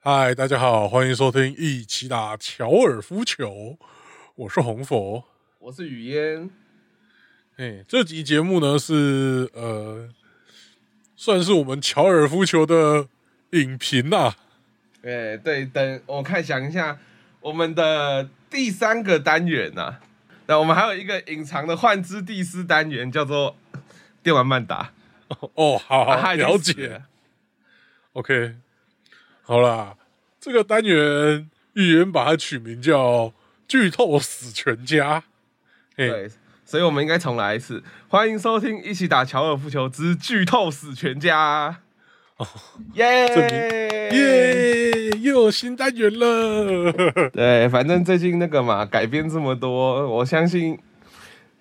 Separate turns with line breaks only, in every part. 嗨，大家好，欢迎收听一起打乔尔夫球，我是红佛。
我是雨嫣，
哎，这集节目呢是呃，算是我们乔尔夫球的影评啊啦、
哎、对，等我看想一下我们的第三个单元呐、那我们还有一个隐藏的幻之第四单元，叫做 电玩曼达。
哦，好好、
啊他已经
了
死
解。
了
OK，好啦，这个单元预言把它取名叫“剧透死全家”。哎，
对，所以我们应该重来一次。欢迎收听《一起打乔尔夫球之剧透死全家》。耶
哦这
哎
耶，又有新单元了。
对，反正最近那个嘛，改编这么多，我相信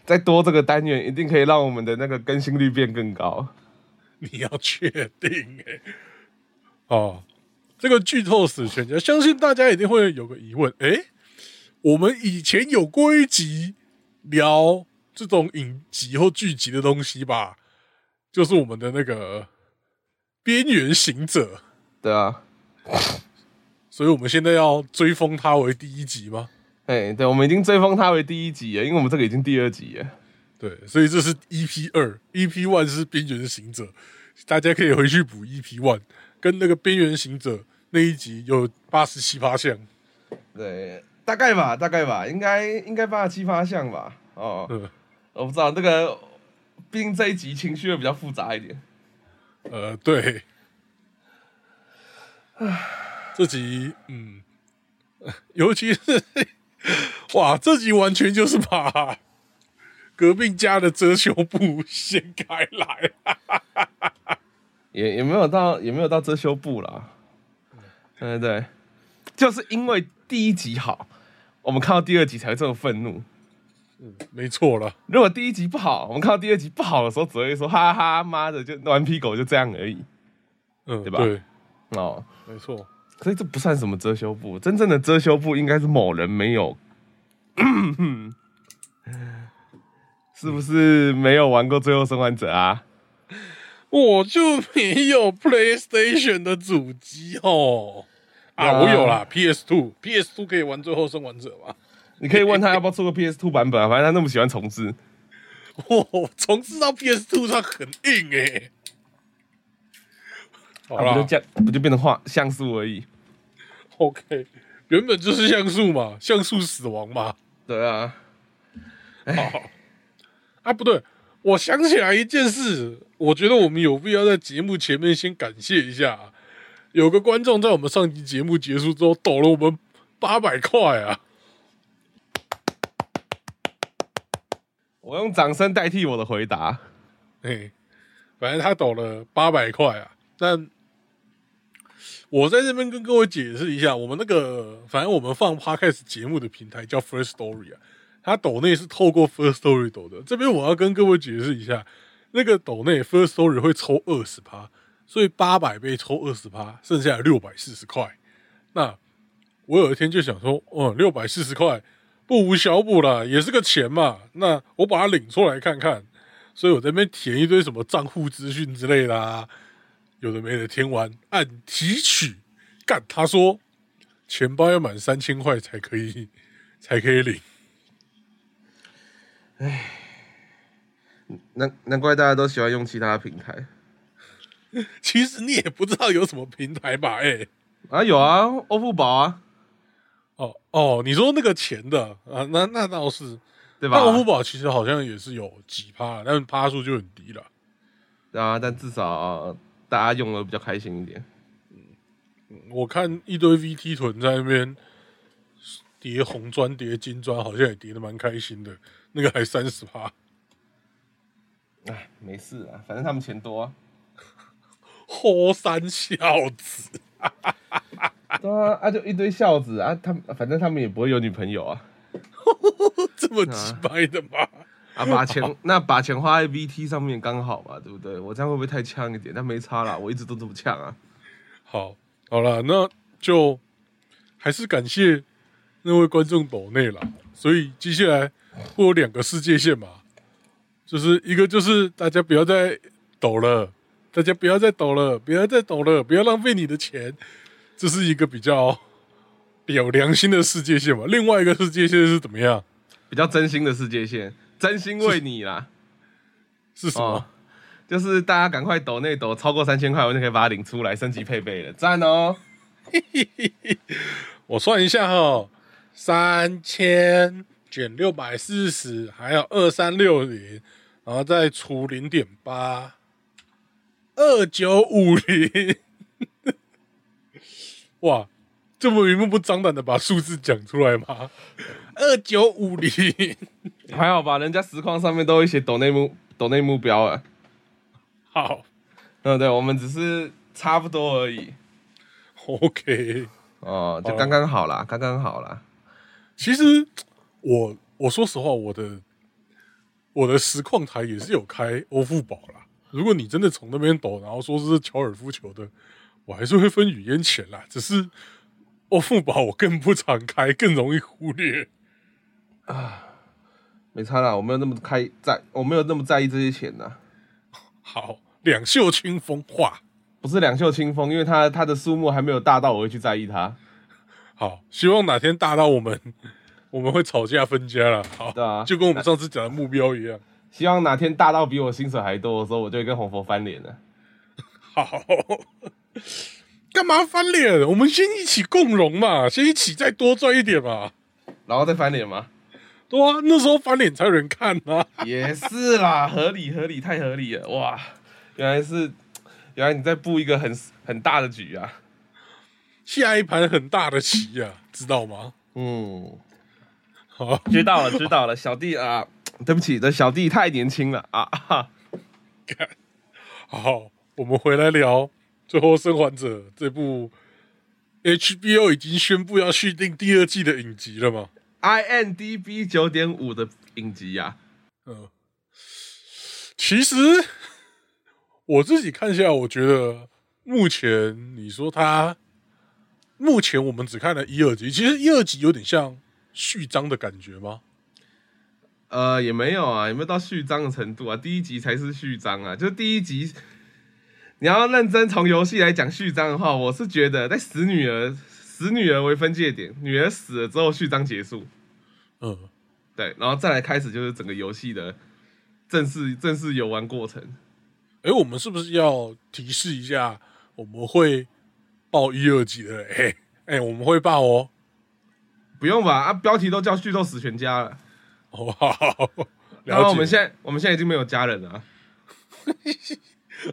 再多这个单元，一定可以让我们的那个更新率变更高。
你要确定哎、哦，这个剧透死全家，相信大家一定会有个疑问，哎、我们以前有过一集聊这种影集或剧集的东西吧？就是我们的那个《边缘行者》，
对啊，
所以我们现在要追封它为第一集吗？
哎，对，我们已经追封它为第一集了，因为我们这个已经第二集了。
对，所以这是 EP 二，EP one 是《边缘行者》，大家可以回去补 EP one，跟那个《边缘行者》那一集有八十七八项。
对，大概吧，大概吧，应该应该八七八项吧。哦，
嗯
我不知道那个，毕竟这一集情绪会比较复杂一点。
呃，对，这集嗯，尤其是哇，这集完全就是把革命家的遮羞布掀开来，
也也没有到也没有到遮羞布啦。对对，就是因为第一集好，我们看到第二集才会这么愤怒。
没错了，
如果第一集不好，我们看到第二集不好的时候，只会说哈哈妈的，就顽皮狗就这样而已。
嗯，
对吧
对，
哦，
没错，
所以这不算什么遮羞布，真正的遮羞布应该是某人没有， 是不是没有玩过《最后生还者》啊？
我就没有 PlayStation 的主机哦。啊，
啊
我有啦，PS Two，PS Two 可以玩《最后生还者》吗？
你可以问他要不要出个 PS Two 版本啊，反正他那么喜欢重置。
我从知道 PS Two 上很硬诶、好
啊、
啦
不就这样，不就变成画像素而已？
OK，原本就是像素嘛，像素死亡嘛。
对啊，
好，啊，不对，我想起来一件事，我觉得我们有必要在节目前面先感谢一下，有个观众在我们上期节目结束之后抖了我们八百块啊！
我用掌声代替我的回答。
哎，反正他抖了八百块啊。但我在这边跟各位解释一下，我们那个反正我们放 podcast 节目的平台叫 First Story 啊，他抖内是透过 First Story 抖的。这边我要跟各位解释一下，那个抖内 First Story 会抽二十趴，所以八百被抽二十趴，剩下六百四十块。那我有一天就想说，哦，六百四十块不无小补啦，也是个钱嘛。那我把它领出来看看，所以我在那边填一堆什么账户资讯之类的、啊，有的没的，填完按提取，干他说钱包要满三千块才可以才可以领，
难难怪大家都喜欢用其他平台
其实你也不知道有什么平台吧？哎、
啊，有啊，欧付宝啊，
哦哦，你说那个钱的啊，那那倒是，
对吧
那？付宝其实好像也是有几趴，但是趴数就很低了。
对啊，但至少、呃大家用的比较开心一点。
我看一堆 VT 臀在那边叠红砖、叠金砖，好像也叠的蛮开心的，那个还三十趴。
哎，没事啊，反正他们钱多、啊。
后山孝子，
对啊，啊就一堆孝子啊，他们反正他们也不会有女朋友啊。
这么直白的吗？
啊，把钱那把钱花在 VT 上面刚好嘛，对不对？我这样会不会太呛一点？但没差啦，我一直都这么呛啊。
好，好了，那就还是感谢那位观众抖内了。所以接下来会有两个世界线嘛，就是一个就是大家不要再抖了，大家不要再抖了，不要再抖了，不要浪费你的钱。这是一个比较有良心的世界线嘛。另外一个世界线是怎么样？
比较真心的世界线，真心为你啦。
是什
哦
么？，
就是大家赶快抖内抖，超过三千块，我就可以把它领出来升级配备了，赞哦！
我算一下哈，三千减六百四十，还有二三六零，然后再除零点八，二九五零。 哇，这么明目不张胆的把数字讲出来吗？二九五零，
还好吧，人家实况上面都会写抖内目抖内目标啊，
好
对不对？我们只是差不多而已，
，OK。
哦，就
哦
刚刚好啦，刚刚好啦。
其实我我说实话，我的我的实况台也是有开欧付宝啦。如果你真的从那边抖，然后说这是乔尔夫球的，我还是会分语言钱啦。只是欧付宝我更不常开，更容易忽略。
没差啦，我没有那么开在，我没有那么在意这些钱呐。
好，两袖清风话。
不是两袖清风，因为他他的数目还没有大到我会去在意他，
好，希望哪天大到我们我们会吵架分家了。好，
对啊
就跟我们上次讲的目标一样。
希望哪天大到比我薪水还多的时候，我就会跟红佛翻脸了。
好，干嘛翻脸？我们先一起共荣嘛，先一起再多赚一点嘛。
然后再翻脸 吗？
对啊，那时候翻脸才有人看啊。
也是啦，合理合理，太合理了哇！原来是，原来你在布一个很很大的局啊。
下一盘很大的棋呀、啊，知道吗？
嗯，
好，
知道了知道了，小弟啊，对不起，这小弟太年轻了啊啊！
好，我们回来聊《最后生还者》这部 HBO 已经宣布要续订第二季的影集了嘛？
INDB 九点五的影集啊呀、
嗯，其实我自己看下来，我觉得目前你说它，目前我们只看了一二集，其实一二集有点像序章的感觉吗？
呃，也没有啊，有没有到序章的程度啊？第一集才是序章啊，就第一集，你要认真从游戏来讲序章的话，我是觉得在死女儿死女儿为分界点，女儿死了之后序章结束，
嗯，
对，然后再来开始就是整个游戏的正式正式游玩过程。
哎，我们是不是要提示一下，我们会报一二集的？哎哎，我们会报哦，
不用吧？啊，标题都叫剧透死全家了。
哦好不好？
然后
了
我们
解，
现在我们现在已经没有家人了、啊，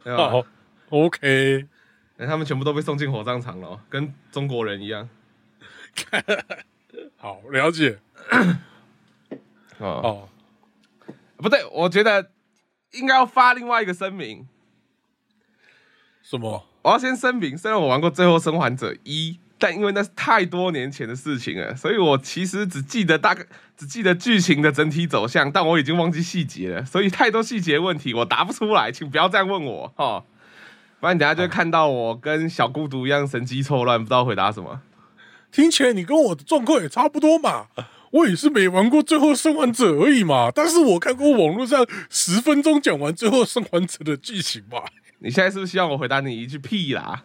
对吧？
好，OK。
哎他们全部都被送进火葬场了哦，跟中国人一样。
好，了解。
哦，
哦，
呃不对，我觉得应该要发另外一个声明。
什么？
我要先声明，虽然我玩过《最后生还者一》，但因为那是太多年前的事情了，所以我其实只记得大概只记得剧情的整体走向，但我已经忘记细节了，所以太多细节问题我答不出来，请不要再问我哦。不然你等下就会看到我跟小孤独一样神机错乱，不知道回答什么。
听起来你跟我的状况也差不多嘛。我也是没玩过《最后生还者》而已嘛，但是我看过网络上十分钟讲完《最后生还者》的剧情嘛。
你现在是不是希望我回答你一句屁啦？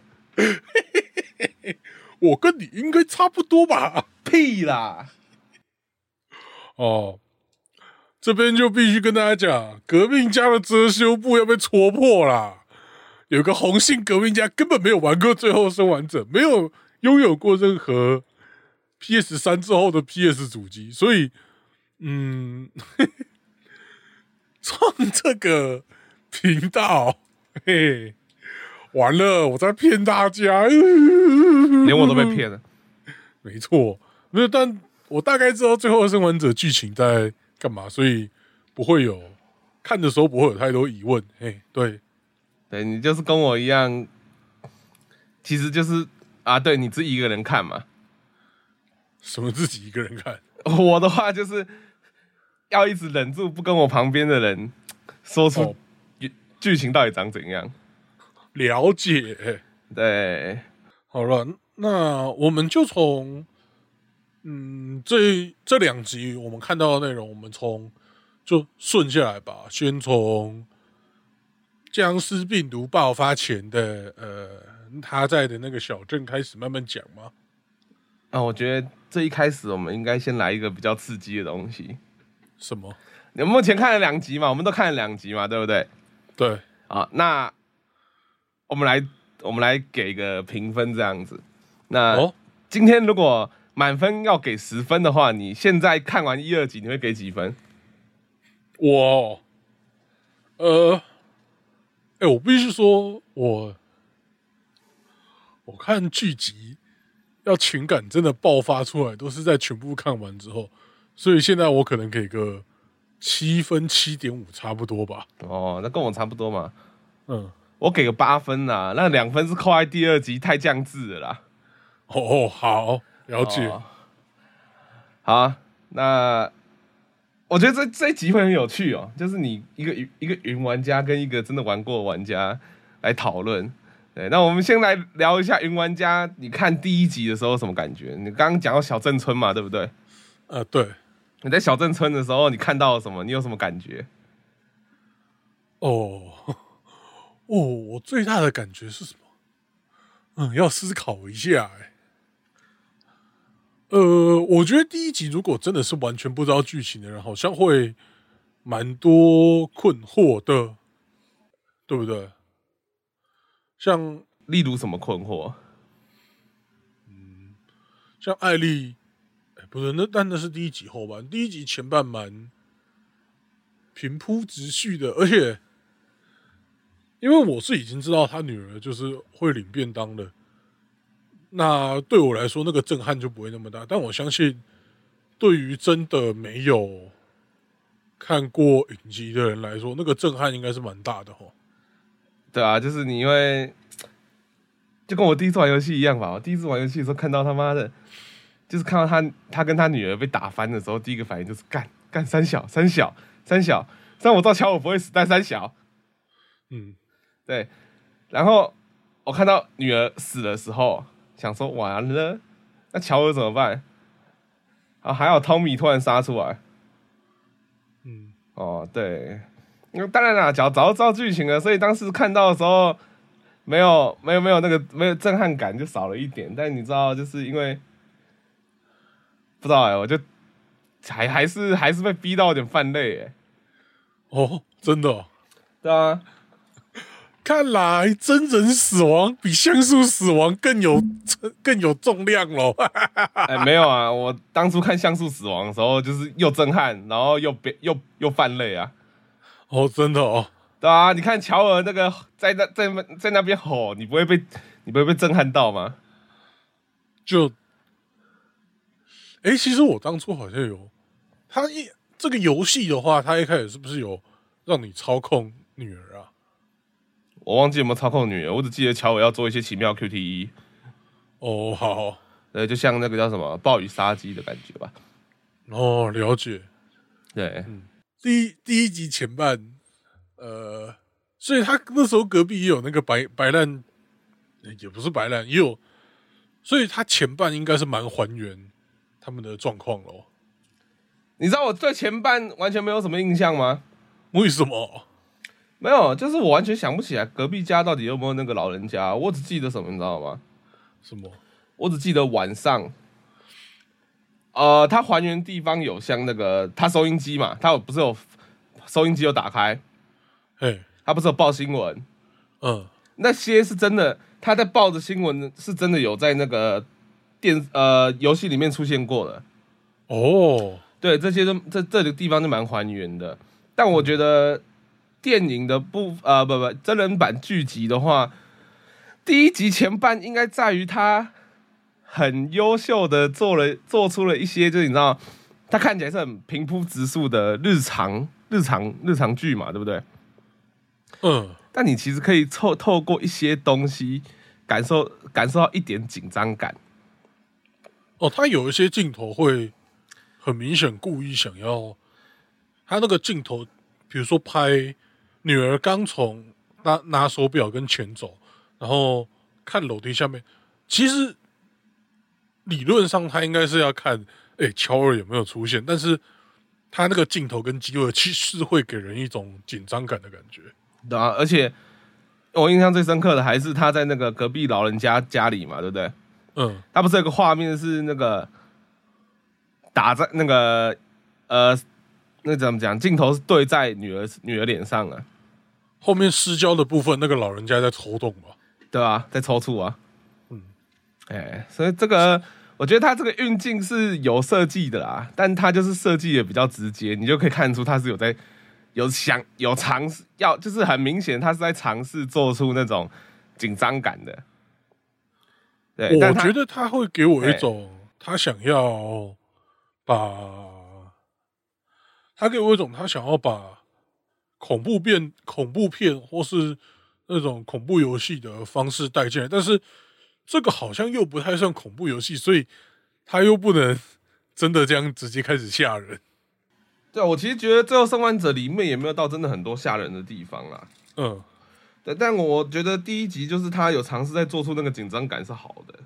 我跟你应该差不多吧？
屁啦！
哦，这边就必须跟大家讲，革命家的遮羞布要被戳破啦。有个红姓革命家根本没有玩过《最后生还者》，没有拥有过任何 PS 三之后的 PS 主机，所以，嗯， 创这个频道，嘿，完了，我在骗大家，连
连我都被骗了。
没错，没有，但我大概知道最后的生还者剧情在干嘛，所以不会有看的时候不会有太多疑问。嘿，对，
对你就是跟我一样，其实就是啊，对你自己一个人看嘛。
什么自己一个人看，
我的话就是要一直忍住不跟我旁边的人说
哦
出剧情到底长怎样。
了解。
对，
好了，那我们就从嗯这这两集我们看到的内容，我们从就顺下来吧，先从僵尸病毒爆发前的呃他在的那个小镇开始慢慢讲吗？
啊，我觉得这一开始我们应该先来一个比较刺激的东西。
什么？
你们目前看了两集嘛？我们都看了两集嘛，对不对？
对，
啊，那我们来我们来给个评分这样子。那、
哦，
今天如果满分要给十分的话，你现在看完一二集，你会给几分？
我哦，呃，哎、我必须说，我我看剧集要情感真的爆发出来，都是在全部看完之后，所以现在我可能给个七分七点五差不多吧。
哦，那跟我差不多嘛。
嗯，
我给个八分啦，那两分是扣在第二集太降智了啦。
哦哦，好，了解。
哦好啊，那我觉得这这一集会很有趣哦，就是你一个云一个云玩家跟一个真的玩过的玩家来讨论。对，那我们先来聊一下云玩家，你看第一集的时候有什么感觉？你刚刚讲到小镇村嘛，对不对？
呃，对，
你在小镇村的时候，你看到了什么？你有什么感觉？
哦， 哦，我最大的感觉是什么？嗯，要思考一下、欸。呃，我觉得第一集如果真的是完全不知道剧情的人，好像会蛮多困惑的，对不对？像
例如什么困惑？
像艾丽，哎，不是那，但那是第一集后半，第一集前半蛮平铺直叙的，而且因为我是已经知道他女儿就是会领便当的，那对我来说那个震撼就不会那么大，但我相信对于真的没有看过影集的人来说，那个震撼应该是蛮大的哦。
对啊，就是你因为就跟我第一次玩游戏一样吧，我第一次玩游戏的时候看到他妈的，就是看到他他跟他女儿被打翻的时候，第一个反应就是干干三小三小三小，虽然我知道乔我不会死，但三小
嗯，
对。然后我看到女儿死的时候，想说完了，那乔尔怎么办？啊，还好 Tommy 突然杀出来，
嗯，
哦，对，那当然啦，早早就知道剧情了，所以当时看到的时候，没有没有没有那个没有震撼感就少了一点。但你知道，就是因为不知道哎、我就还还是还是被逼到有点犯累哎、
哦，真的哦、
对啊，
看来真人死亡比像素死亡更有 更有重量喽。
哎、没有啊，我当初看像素死亡的时候，就是又震撼，然后又别又又犯累啊。
哦，真的哦，
对啊，你看乔尔那个在那在那在那边吼，你不会被你不会被震撼到吗？
就，哎、其实我当初好像有，他一这个游戏的话，他一开始是不是有让你操控女儿啊？
我忘记有没有操控女儿，我只记得乔伟要做一些奇妙 QTE，
哦，好，
E，呃，就像那个叫什么暴雨杀鸡的感觉吧。
哦，了解。
对，
第一第一集前半，呃，所以他那时候隔壁也有那个白白烂，呃也不是白烂，也有，所以他前半应该是蛮还原他们的状况咯。
你知道我对前半完全没有什么印象吗？
为什么？
没有，就是我完全想不起来隔壁家到底有没有那个老人家，我只记得什么，你知道吗？
什么？
我只记得晚上，呃，他还原地方有像那个他收音机嘛，他有不是有收音机有打开，
嘿，
他不是有报新闻，
嗯，
那些是真的，他在报的新闻是真的有在那个电呃游戏里面出现过的。
哦，
对，这些都这这个地方就蛮还原的。但我觉得电影的部呃不不真人版剧集的话，第一集前半应该在于他很优秀的做了做出了一些，就是你知道，他看起来是很平铺直述的日常日常日常剧嘛，对不对？
嗯，
但你其实可以透透过一些东西感受感受到一点紧张感。
哦，他有一些镜头会很明显故意想要，他那个镜头，比如说拍女儿刚从拿拿手表跟钱走，然后看楼梯下面，其实理论上他应该是要看，哎，乔尔有没有出现，但是他那个镜头跟机位其实是会给人一种紧张感的感觉。
对啊，而且我印象最深刻的还是他在那个隔壁老人家家里嘛，对不对？
嗯，
他不是有个画面是那个打在那个呃，那怎么讲？镜头是对在女儿女儿脸上啊，
后面失焦的部分，那个老人家在抽动吧？
对吧、在抽搐啊。嗯，哎、所以这个我觉得他这个运镜是有设计的啦，但他就是设计也比较直接，你就可以看出他是有在有想有尝试要，就是很明显他是在尝试做出那种紧张感的。对，
我
但他
觉得他会给我一
哎
种他想要把，他给我一种他想要把恐怖片、恐怖片或是那种恐怖游戏的方式带进来，但是这个好像又不太像恐怖游戏，所以他又不能 真的这样直接开始吓人。
对，啊我其实觉得《最后生还者》里面也没有到真的很多吓人的地方啦。
嗯，
对，但我觉得第一集就是他有尝试在做出那个紧张感是好的。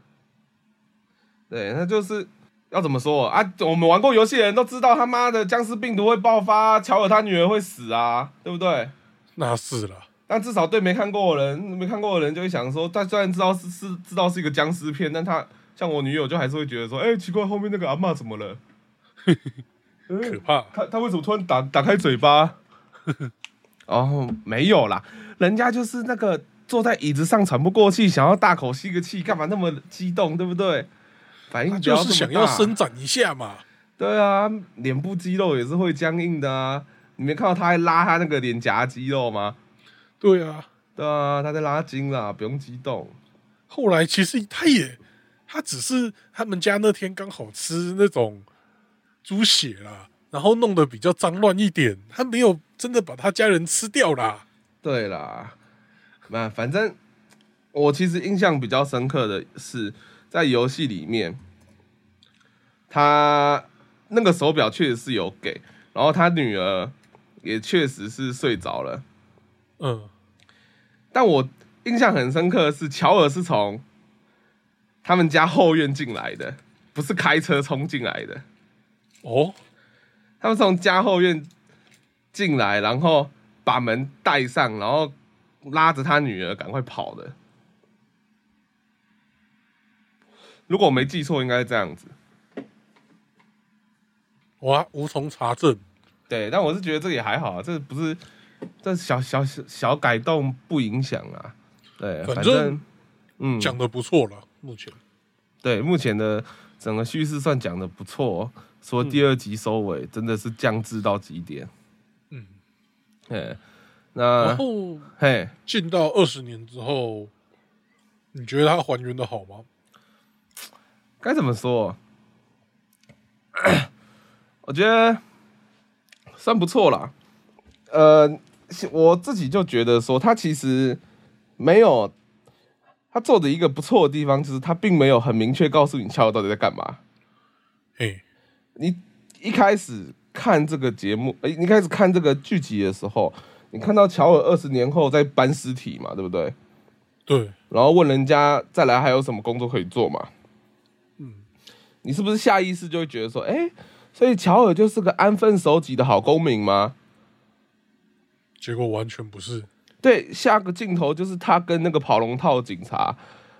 对，那就是要怎么说啊？我们玩过游戏的人都知道，他妈的僵尸病毒会爆发，乔尔他女儿会死啊，对不对？
那是啦。
但至少对没看过的人，没看过的人就会想说，他虽然知道是是知道是一个僵尸片，但他像我女友就还是会觉得说，哎、奇怪，后面那个阿嬷怎么了？嗯
可怕。
他他为什么突然打打开嘴巴？ 哦，没有啦，人家就是那个坐在椅子上喘不过气，想要大口吸个气，干嘛那么激动，对不对？反应
他
不
就
这么
是想
大啊
要伸展一下嘛，
对啊，脸部肌肉也是会僵硬的啊。你没看到他还拉他那个脸颊肌肉吗？
对啊。
对啊，他在拉筋啦，不用激动。
后来其实他也，他只是他们家那天刚好吃那种猪血啦，然后弄得比较脏乱一点，他没有真的把他家人吃掉啦。
对啦，那反正我其实印象比较深刻的是，在游戏里面，他那个手表确实是有给，然后他女儿也确实是睡着了。
嗯，
但我印象很深刻的是，乔尔是从他们家后院进来的，不是开车冲进来的。
哦，
他们从家后院进来，然后把门带上，然后拉着他女儿赶快跑的。如果我没记错，应该是这样子。
哇，无从查证。
对，但我是觉得这个也还好啊，这不是这小小小小改动不影响啊。对，
反
反
正
正嗯，
讲的不错了，目前
对，目前的整个叙事算讲的不错、哦，说第二集收尾真的是降至到极点。
嗯，
哎，那
然后
嘿，
进到二十年之后，你觉得他还原的好吗？
该怎么说？ 我觉得算不错啦。呃，其我自己就觉得说，他其实没有他做的一个不错的地方，就是他并没有很明确告诉你乔尔到底在干嘛。
嘿，
你一开始看这个节目，诶，你一开始看这个剧集的时候，你看到乔尔二十年后在搬尸体嘛，对不对？
对，
然后问人家再来还有什么工作可以做嘛？你是不是下意识就会觉得说，哎，所以乔尔就是个安分守己的好公民吗？
结果完全不是。
对，下个镜头就是他跟那个跑龙套警察，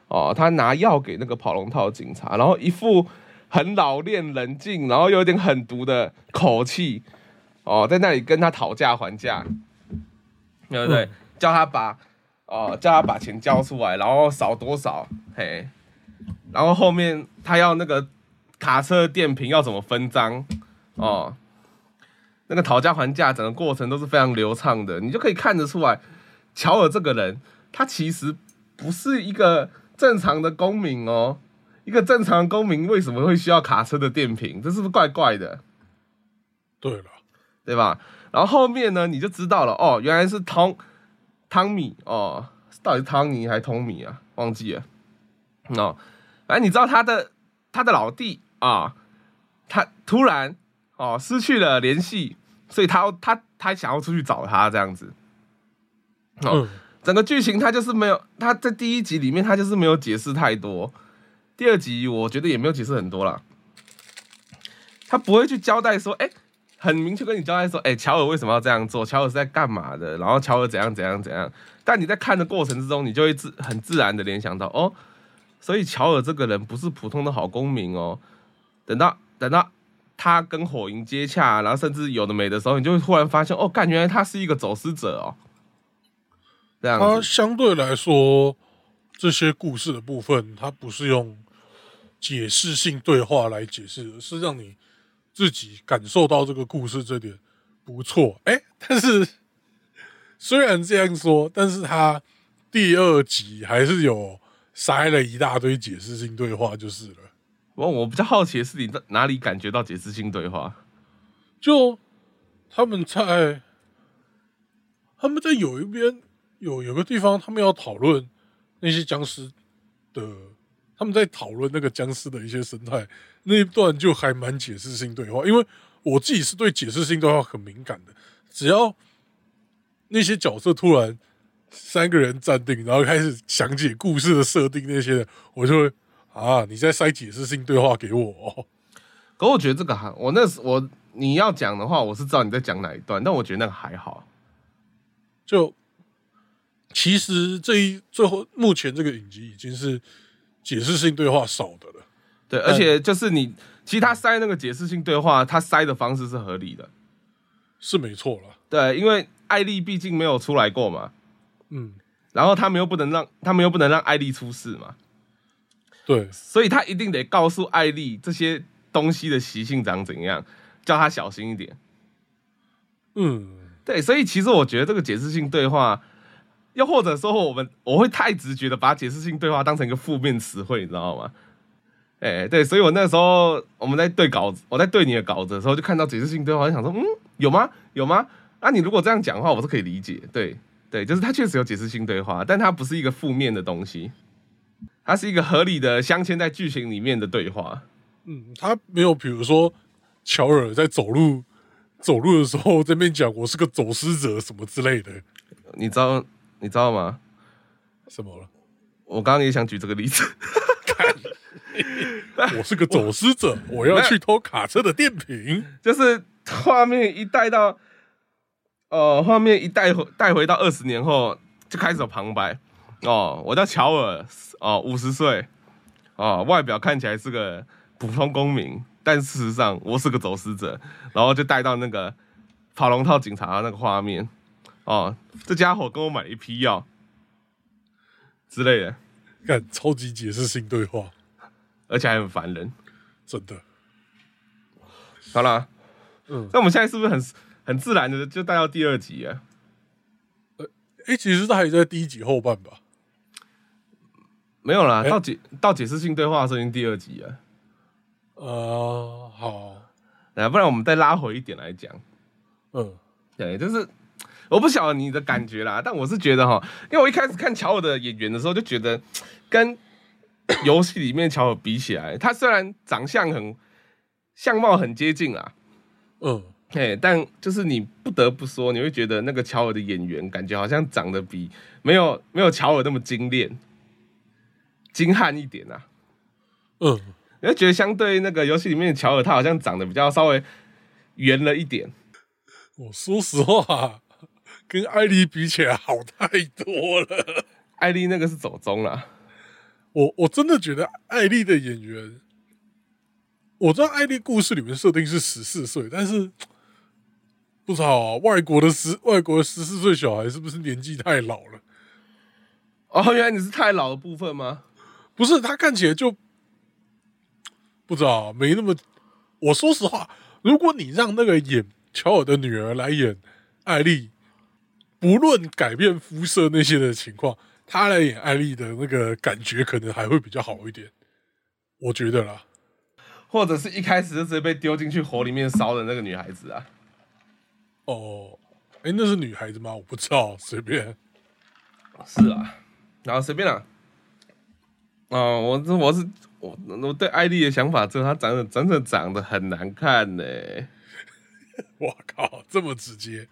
哦，他拿药给那个跑龙套警察，然后一副很老练、冷静，然后又有点狠毒的口气，哦，在那里跟他讨价还价，对不对？叫他把哦，叫他把钱交出来，然后少多少，嘿，然后后面他要那个卡车电瓶要怎么分赃，哦。那个讨价还价，整个过程都是非常流畅的，你就可以看得出来，乔尔这个人，他其实不是一个正常的公民哦。一个正常的公民为什么会需要卡车的电瓶？这是不是怪怪的，
对了，
对吧？然后后面呢，你就知道了哦，原来是汤汤米哦，到底是汤尼还是汤米啊？忘记了。嗯哦，反正你知道他的他的老弟啊、他突然哦失去了联系，所以他他他想要出去找他这样子。哦，
嗯，
整个剧情它就是没有，它在第一集里面它就是没有解释太多，第二集我觉得也没有解释很多啦。他不会去交代说，哎、很明确跟你交代说，哎、乔尔为什么要这样做？乔尔是在干嘛的？然后乔尔怎样怎样怎样？但你在看的过程之中，你就会自很自然的联想到哦，所以乔尔这个人不是普通的好公民哦。等到等到他跟火影接洽，然后甚至有的没的时候，你就会突然发现哦，干，原来他是一个走私者哦。这样
它
子，
相对来说，这些故事的部分，它不是用解释性对话来解释，而是让你自己感受到这个故事这点不错。哎，但是 虽然这样说，但是它第二集还是有塞了一大堆解释性对话，就是了。
我我比较好奇的是，你在哪里感觉到解释性对话？
就他们在他们在有一边有有个地方，他们要讨论那些僵尸的，他们在讨论那个僵尸的一些生态那一段，就还蛮解释性对话。因为我自己是对解释性对话很敏感的，只要那些角色突然三个人站定，然后开始讲解故事的设定那些的，我就会啊，你在塞解释性对话给我、哦。
可我觉得这个还，我那时我你要讲的话，我是知道你在讲哪一段，但我觉得那个还好。
就其实这一最后目前这个影集已经是解释性对话少的了，
对，而且就是你，其实他塞那个解释性对话，他塞的方式是合理的。
是没错了。
对，因为艾丽毕竟没有出来过嘛，
嗯，
然后他们又不能让他们又不能让艾丽出事嘛，
对，
所以他一定得告诉艾丽这些东西的习性长怎样，叫她小心一点。
嗯，
对，所以其实我觉得这个解释性对话，又或者说我们我会太直觉的把解释性对话当成一个负面词汇，你知道吗？哎，对，所以我那时候我们在对稿子，我在对你的稿子的时候，就看到解释性对话，我就想说，嗯，有吗？有吗？啊，你如果这样讲的话，我是可以理解，对对，就是它确实有解释性对话，但它不是一个负面的东西，它是一个合理的镶嵌在剧情里面的对话。
嗯，他没有，比如说乔尔在走路走路的时候这边讲我是个走私者什么之类的，
你知道你知道吗？
什么了？
我刚刚也想举这个例子。
我是个走私者，我要去偷卡车的电瓶。
就是画面一带到，呃，画面一带回带回到二十年后，就开始有旁白。哦，我叫乔尔，哦，五十岁，哦，外表看起来是个普通公民，但事实上我是个走私者。然后就带到那个跑龙套警察的那个画面，哦，这家伙跟我买了一批药之类的，
看，超级解释性对话，
而且还很烦人。
真的。
好啦，
嗯
那我们现在是不是很很自然的就带到第二集啊了？
哎，其实他还在第一集后半吧？
没有啦，
哎
到解到解释性对话的时候已经第二集啊了，
呃，好，
啊，不然我们再拉回一点来讲，
嗯，
对，就是我不晓得你的感觉啦，但我是觉得哈，因为我一开始看乔尔的演员的时候就觉得，跟 游戏里面乔尔比起来，他虽然长相很相貌很接近啦，
嗯，
哎，但就是你不得不说，你会觉得那个乔尔的演员感觉好像长得比没有没有乔尔那么精炼、精悍一点啊。
嗯，
你会觉得相对那个游戏里面的乔尔，他好像长得比较稍微圆了一点。
我说实话，跟艾丽比起来好太多了。
艾丽那个是走中啦，
我我真的觉得艾丽的演员，我知道艾丽故事里面设定是十四岁，但是不知道、啊、外国的十外国的十四岁小孩是不是年纪太老了？
哦，原来你是太老的部分吗？
不是，他看起来就不知道没那么。我说实话，如果你让那个演乔尔的女儿来演艾丽，不论改变肤色那些的情况，她来演艾丽的那个感觉可能还会比较好一点，我觉得啦。
或者是一开始就直接被丢进去火里面烧的那个女孩子啊？
哦，哎，那是女孩子吗？我不知道，随便。
是啊，然后随便啦、啊。哦，我是我是我我对艾丽的想法，就是她长得真的长得很难看呢、
我靠，这么直接，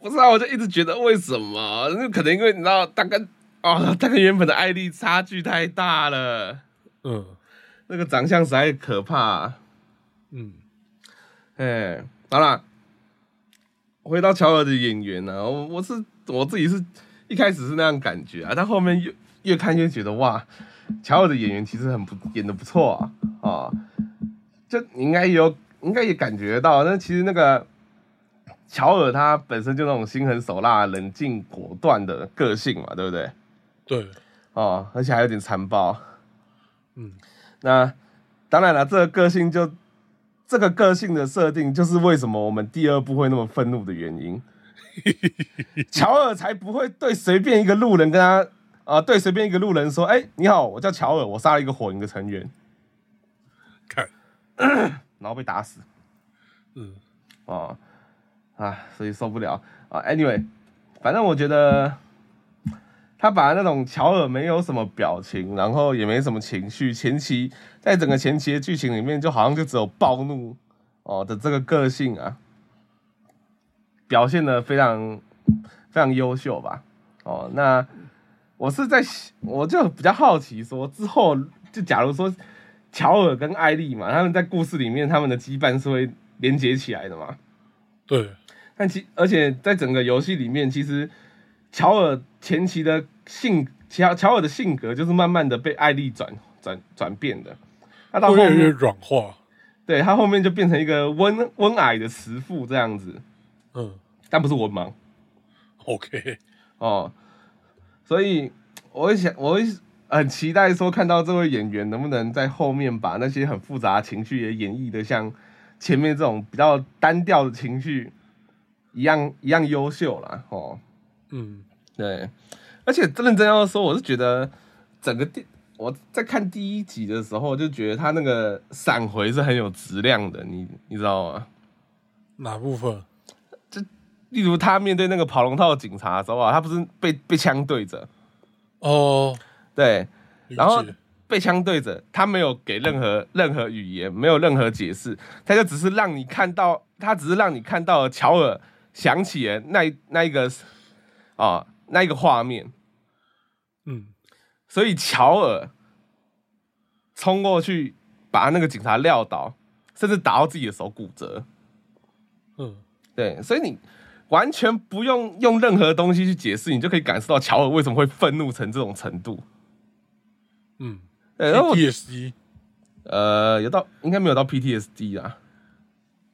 不是啊，我就一直觉得为什么？那可能因为你知道，大概哦，大概原本的艾丽差距太大了，
嗯
那个长相实在可怕啊、
嗯，
哎，好啦，回到乔尔的演员呢、啊，我我是我自己是一开始是那样感觉啊，但后面越越看越觉得哇，乔尔的演员其实很不演的不错啊啊、就你应该有应该也感觉到，那其实那个乔尔他本身就那种心狠手辣、冷静果断的个性嘛，对不对？
对，
哦，而且还有点残暴。
嗯，
那当然了，这个个性就这个个性的设定，就是为什么我们第二部会那么愤怒的原因。乔尔才不会对随便一个路人跟他啊、对随便一个路人说：“哎、你好，我叫乔尔，我杀了一个火营的成员，
看，
然后被打死。”
嗯，
哦，啊，所以受不了啊。Anyway，反正我觉得他把那种乔尔没有什么表情，然后也没什么情绪，前期在整个前期的剧情里面，就好像就只有暴怒哦的这个个性啊，表现的非常非常优秀吧。哦，那我是在我就比较好奇说，之后就假如说乔尔跟艾丽嘛，他们在故事里面他们的羁绊是会连接起来的嘛？
对，
但其而且在整个游戏里面，其实乔尔前期的性乔乔尔的性格就是慢慢的被艾丽转转转变的，他到后
会越来越
面
软化。
对他后面就变成一个温温矮的慈父这样子，
嗯
但不是文盲
，OK，
哦，所以我会想我会。很期待说看到这位演员能不能在后面把那些很复杂的情绪也演绎的像前面这种比较单调的情绪一样一样优秀啦哦，
嗯，
对，而且认真要说，我是觉得整个第我在看第一集的时候，就觉得他那个闪回是很有质量的，你你知道吗？
哪部分？
例如他面对那个跑龙套警察的时候啊，他不是被被枪对着，
哦，
对，
理
然后
解。
被枪对着，他没有给任何任何语言，没有任何解释，他就只是让你看到，他只是让你看到了乔尔想起了那一那一个啊、那一个画面，
嗯，
所以乔尔冲过去把那个警察撂倒，甚至打到自己的手骨折。
嗯，
对，所以你完全不用用任何东西去解释，你就可以感受到乔尔为什么会愤怒成这种程度。
嗯
对，然后我
，PTSD，
呃，有到应该没有到 PTSD 啦，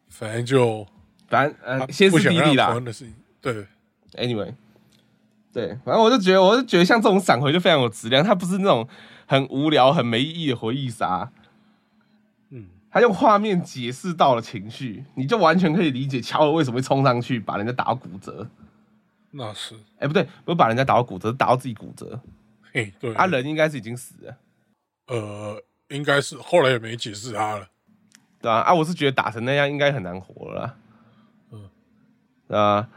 反正就
啊反正
他
呃歇斯
啊不想
底
让
里
台
啦
湾。的事情，对，
Anyway，对，反正我就觉得，我就觉得像这种闪回就非常有质量，它不是那种很无聊、很没意义的回忆杀。
嗯，
他用画面解释到了情绪，你就完全可以理解乔尔为什么会冲上去把人家打到骨折。
那是，
哎、不对，不是把人家打到骨折，是打到自己骨折。
嘿，对，
他、人应该是已经死了，
呃，应该是后来也没解释他了。
对吧、啊？我是觉得打成那样应该很难活了啦。
嗯
嗯，啊，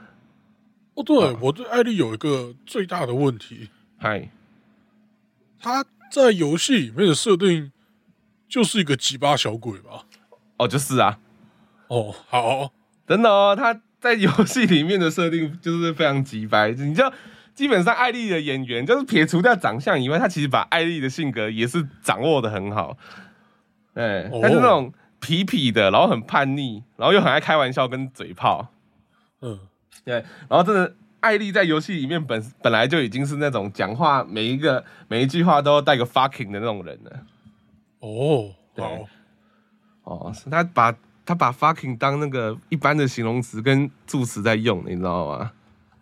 哦，对，我对艾丽有一个最大的问题，
嗨，
她在游戏里面的设定就是一个鸡巴小鬼吧？
哦，就是啊，
哦，好，
真的哦，他在游戏里面的设定就是非常直白，你就基本上艾丽的演员就是撇除掉长相以外，他其实把艾丽的性格也是掌握的很好。哎，
哦
他是那种痞痞的，然后很叛逆，然后又很爱开玩笑跟嘴炮。
嗯，
对，然后真的，艾丽在游戏里面本本来就已经是那种讲话每一个每一句话都要带个 fucking 的那种人了。
哦，好
对，哦，是他把他把 fucking 当那个一般的形容词跟助词在用，你知道吗？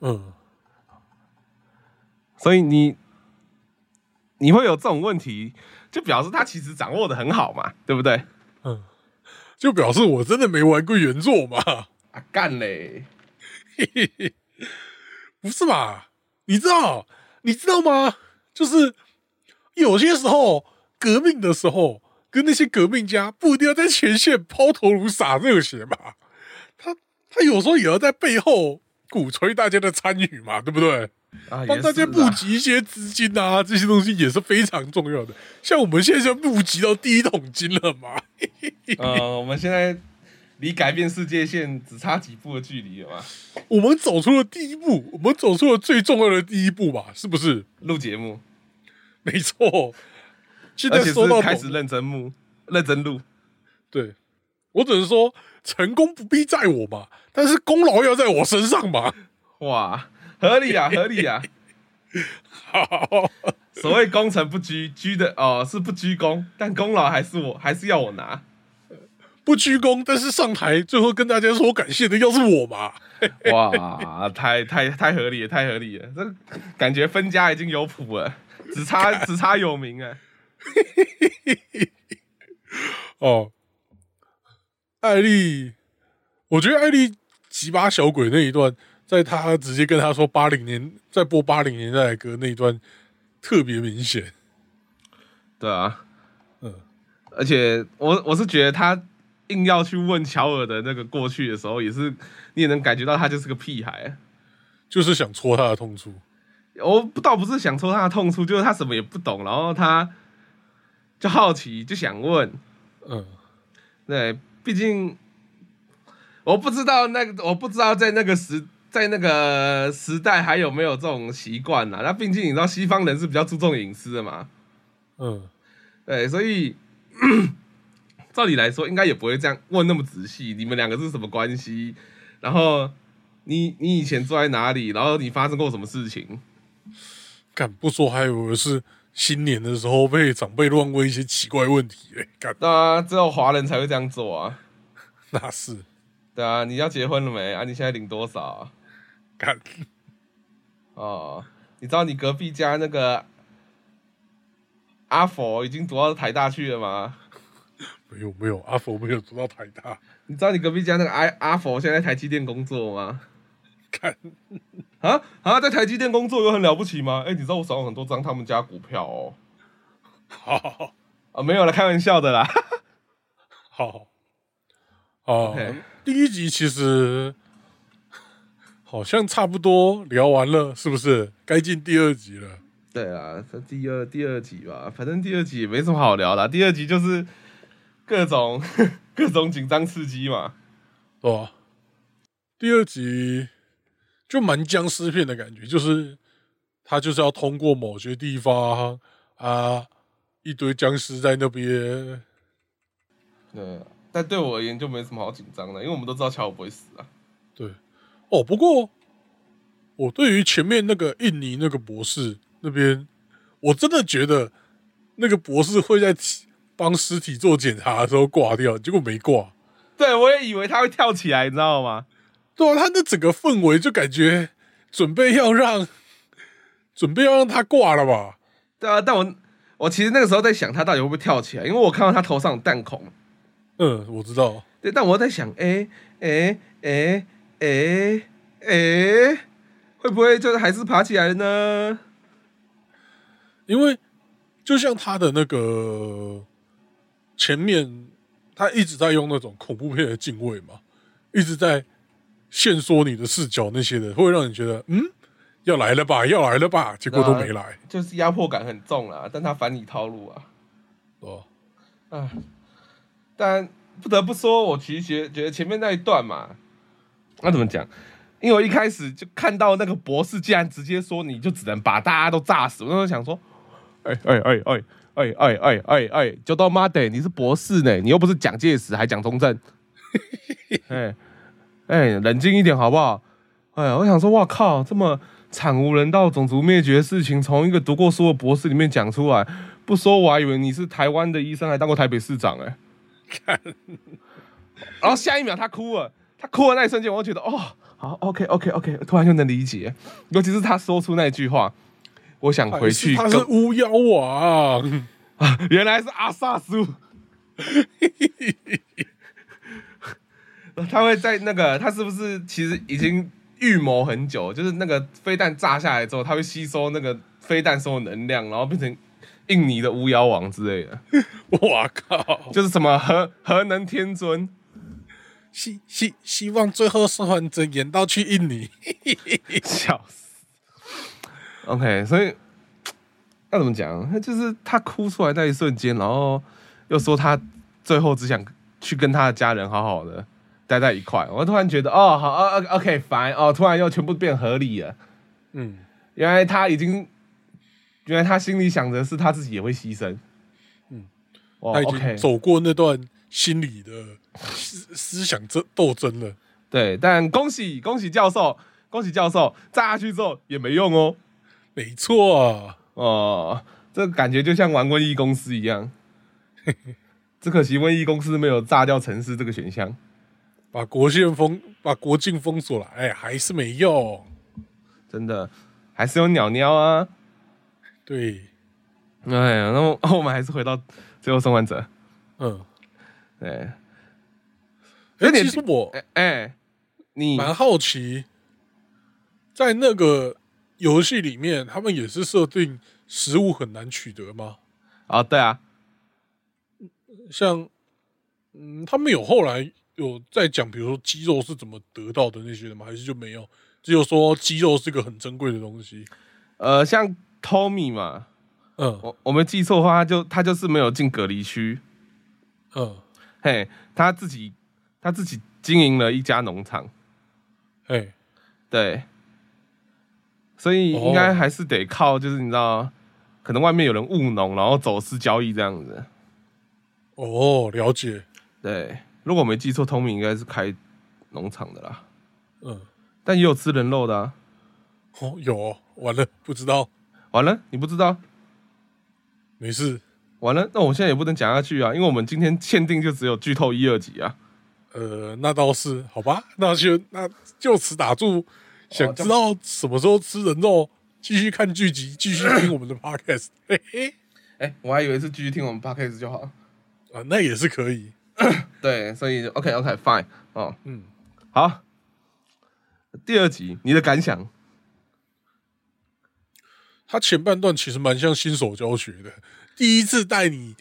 嗯，
所以你你会有这种问题，就表示他其实掌握的很好嘛，对不对？
就表示我真的没玩过原作嘛？
啊，干嘞！
不是吧？你知道，你知道吗？就是有些时候革命的时候，跟那些革命家不一定要在前线抛头颅洒热血嘛，他他有时候也要在背后鼓吹大家的参与嘛，对不对？
啊，
帮
也
大家
是
募
啊
集一些资金啊，这些东西也是非常重要的。像我们现在就募集到第一桶金了嘛，
呃，我们现在离改变世界线只差几步的距离了嘛？
我们走出了第一步，我们走出了最重要的第一步吧，是不是？
录节目，
没错。现
而
在
且
收到抖
是开始认真录，认真录。
对，我只能说成功不必在我嘛，但是功劳要在我身上嘛。
哇，合理啊，合理啊！
好，
所谓功成不居，居的哦、是不居功，但功劳还是我还是要我拿。
不鞠躬，但是上台最后跟大家说感谢的要是我嘛？
哇，太太太合理了，太合理了，这感觉分家已经有谱了， 只差只差有名啊。
哦，艾丽，我觉得艾丽吉巴小鬼那一段，在他直接跟他说八零年在播八零年代的歌那一段特别明显。
对啊，
嗯
而且我我是觉得他硬要去问乔尔的那个过去的时候，也是你也能感觉到他就是个屁孩。
就是想戳他的痛处。
我不倒不是想戳他的痛处，就是他什么也不懂，然后他就好奇，就想问。
嗯，
对，毕竟呃我不知道那个，我不知道在那个时。在那个时代还有没有这种习惯啊啦？那毕竟你知道西方人是比较注重隐私的嘛，
嗯，
对，所以 照理来说，应该也不会这样问那么仔细。你们两个是什么关系？然后你你以前住在哪里？然后你发生过什么事情？
敢不说还以为是新年的时候被长辈乱问一些奇怪问题嘞、干
那啊只有华人才会这样做啊。
那是
对啊，你要结婚了没？啊，你现在领多少啊？
干
哦，你知道你隔壁家那个阿佛已经读到台大去了吗？
没有没有，阿佛没有读到台大，
你知道你隔壁家那个阿阿佛现在在台积电工作吗？
干
啊啊，在台积电工作有很了不起吗？哎、你知道我手上很多张他们家股票哦。
好
啊，没有了，开玩笑的啦。
好好啊
OK
第一集其实好像差不多聊完了，是不是？该进第二集了。
对啊，这第二第二集吧，反正第二集也没什么好聊的啊。第二集就是各种 各种紧张刺激嘛。
对吧？第二集就蛮僵尸片的感觉，就是他就是要通过某些地方啊，一堆僵尸在那边。
对，啊但对我而言就没什么好紧张的，因为我们都知道乔尔不会死啊。
对，哦，不过我对于前面那个印尼那个博士那边，我真的觉得那个博士会在起帮尸体做检查的时候挂掉，结果没挂。
对，我也以为他会跳起来，你知道吗？
对啊，他那整个氛围就感觉准备要让准备要让他挂了吧。
对啊，但我我其实那个时候在想他到底会不会跳起来，因为我看到他头上有弹孔。
嗯，我知道。
对，但我在想，哎哎哎哎哎，会不会就是还是爬起来了呢？
因为就像他的那个前面，他一直在用那种恐怖片的敬畏嘛，一直在限缩你的视角那些的，会让你觉得嗯，要来了吧，要来了吧，结果都没来，
就是压迫感很重啦，但他反你套路啊。
哦，
啊，但不得不说，我其实觉觉得前面那一段嘛，那怎么讲？因为我一开始就看到那个博士竟然直接说你就只能把大家都炸死，我那时候想说，哎哎哎哎哎哎哎哎哎，就到妈的，你是博士呢，你又不是蒋介石，还蒋中正，哎哎，冷静一点好不好？哎，我想说，哇靠，这么惨无人道、种族灭绝的事情，从一个读过书的博士里面讲出来，不说我还以为你是台湾的医生，还当过台北市长哎、然后下一秒他哭了，他哭的那一瞬间，我就觉得哦，好，OK OK OK，突然就能理解，尤其是他说出那句话，我想啊回去
还
跟
是他是巫妖嗯王，
啊， 原来是阿萨苏。 他会在那个，他是不是其实已经预谋很久？就是那个飞弹炸下来之后，他会吸收那个飞弹所有能量，然后变成印尼的巫妖王之类的，
哇靠！
就是什么核核能天尊。
希希希望最后生还者演到去印尼，
笑死。OK，所以要怎么讲？他就是他哭出来那一瞬间，然后又说他最后只想去跟他的家人好好的待在一块。我突然觉得，哦，好，哦哦，OK，烦，哦，突然又全部变合理了。
嗯，
原来他已经，原来他心里想着是他自己也会牺牲。嗯
嗯，
哦
他已
，OK，
经走过那段心理的思思想争斗争了。
对，但恭喜恭喜教授，恭喜教授，炸下去之后也没用哦。
没错，啊
哦，这感觉就像玩瘟疫公司一样。只可惜瘟疫公司没有炸掉城市这个选项。
把国线封，把国境封锁了，哎，还是没用。
真的，还是有鸟鸟啊。
对，
哎呀，那么我们还是回到最后生还者。
嗯，
对，
哎，
有点
其实我
哎、哎，你
蛮好奇，在那个游戏里面，他们也是设定食物很难取得吗？
哦，对啊，
像，嗯，他们有后来有在讲，比如说鸡肉是怎么得到的那些的吗？还是就没有？只有说鸡肉是个很珍贵的东西。
呃，像 Tommy 嘛，
嗯
我我没记错的话，他就他就是没有进隔离区，
嗯，
嘿，他自己他自己经营了一家农场，
哎，
对，所以应该还是得靠，就是你知道，可能外面有人务农，然后走私交易这样子。
哦，了解。
对，如果我没记错，Tommy 应该是开农场的啦，
嗯，
但也有吃人肉的啊。
哦，有哦完了，不知道，
完了，你不知道，
没事。
完了，那我现在也不能讲下去啊，因为我们今天限定就只有剧透一二集啊。
呃，那倒是好吧，那就那就此打住。想
这
知道什么时候吃人肉，继续看剧集，继续听我们的 podcast，嘿嘿，
哎、我还以为是继续听我们 podcast 就好了。
啊，那也是可以。
对，所以 OK OK fine 哦，
嗯，
好。第二集你的感想？
它前半段其实蛮像新手教学的，第一次带你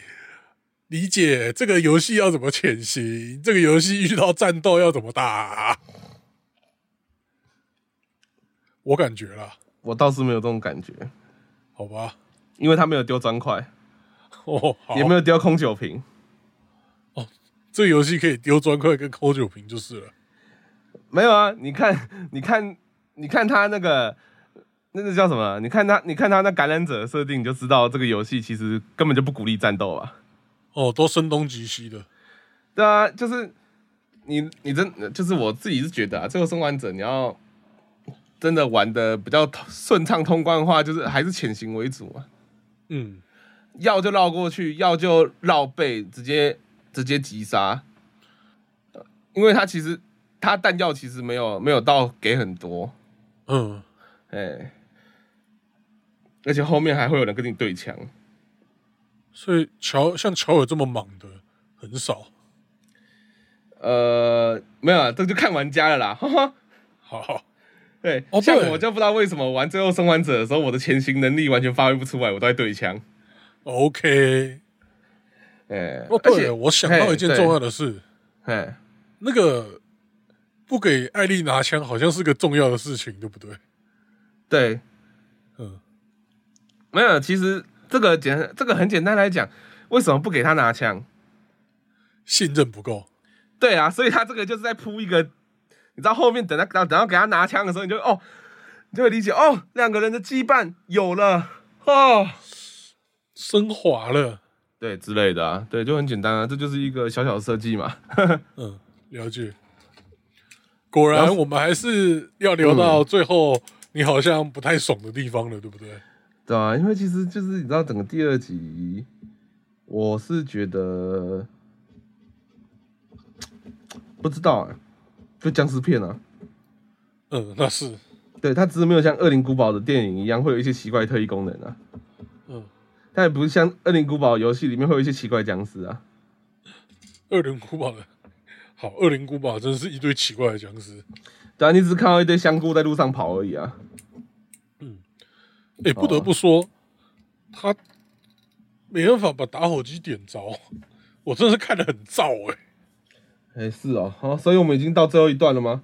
理解这个游戏要怎么潜行，这个游戏遇到战斗要怎么打。我感觉啦，
我倒是没有这种感觉，
好吧，
因为他没有丢砖块，
哦，好
也，没有丢空酒瓶。
这个游戏可以丢砖块跟抠酒瓶就是了。
没有啊，你看，你看，你看他那个那个叫什么？啊你看他，你看他那感染者的设定，你就知道这个游戏其实根本就不鼓励战斗啊。
哦，都声东击西的，
对啊，就是你你真就是我自己是觉得啊，最后生还者你要真的玩的比较顺畅通关的话，就是还是潜行为主啊，
嗯，
要就绕过去，要就绕背，直接直接击杀。因为他其实他弹药其实没有没有到给很多，
嗯，
哎、而且后面还会有人跟你对枪，
所以乔像乔尔这么莽的很少。
呃，没有啊，这就看玩家了啦，哈 哈。
好好，
对，
哦
像
对
我就不知道为什么玩《最后生还者》的时候，我的潜行能力完全发挥不出来，我都在对枪。
OK。
哎、
哦，
而
对
且
了，我想到一件
嘿
重要的事，
对哎，
那个不给艾丽拿枪，好像是个重要的事情，对不对？
对，
嗯，
没有，其实这个简，这个很简单来讲，为什么不给他拿枪？
信任不够。
对啊，所以他这个就是在铺一个，你知道后面等他等到给他拿枪的时候，你就哦，你就会理解哦，两个人的羁绊有了哦。
升华了。
对之类的啊，对，就很简单啊，这就是一个小小的设计嘛。
嗯，了解。果然，我们还是要留到
嗯
最后，你好像不太爽的地方了，对不对？
对啊，因为其实就是你知道，整个第二集，我是觉得不知道哎、就僵尸片啊，
嗯，那是，
对，它只是没有像《恶灵古堡》的电影一样会有一些奇怪特异功能啊，
嗯，
它也不是像《恶灵古堡》游戏里面会有一些奇怪僵尸啊。
恶灵古堡的。好，恶灵古堡真是一堆奇怪的僵尸。
对啊，你只是看到一堆香菇在路上跑而已啊。
哎、不得不说，他没办法把打火机点着，我真的是看得很燥哎、
哎、是哦，好、所以我们已经到最后一段了吗？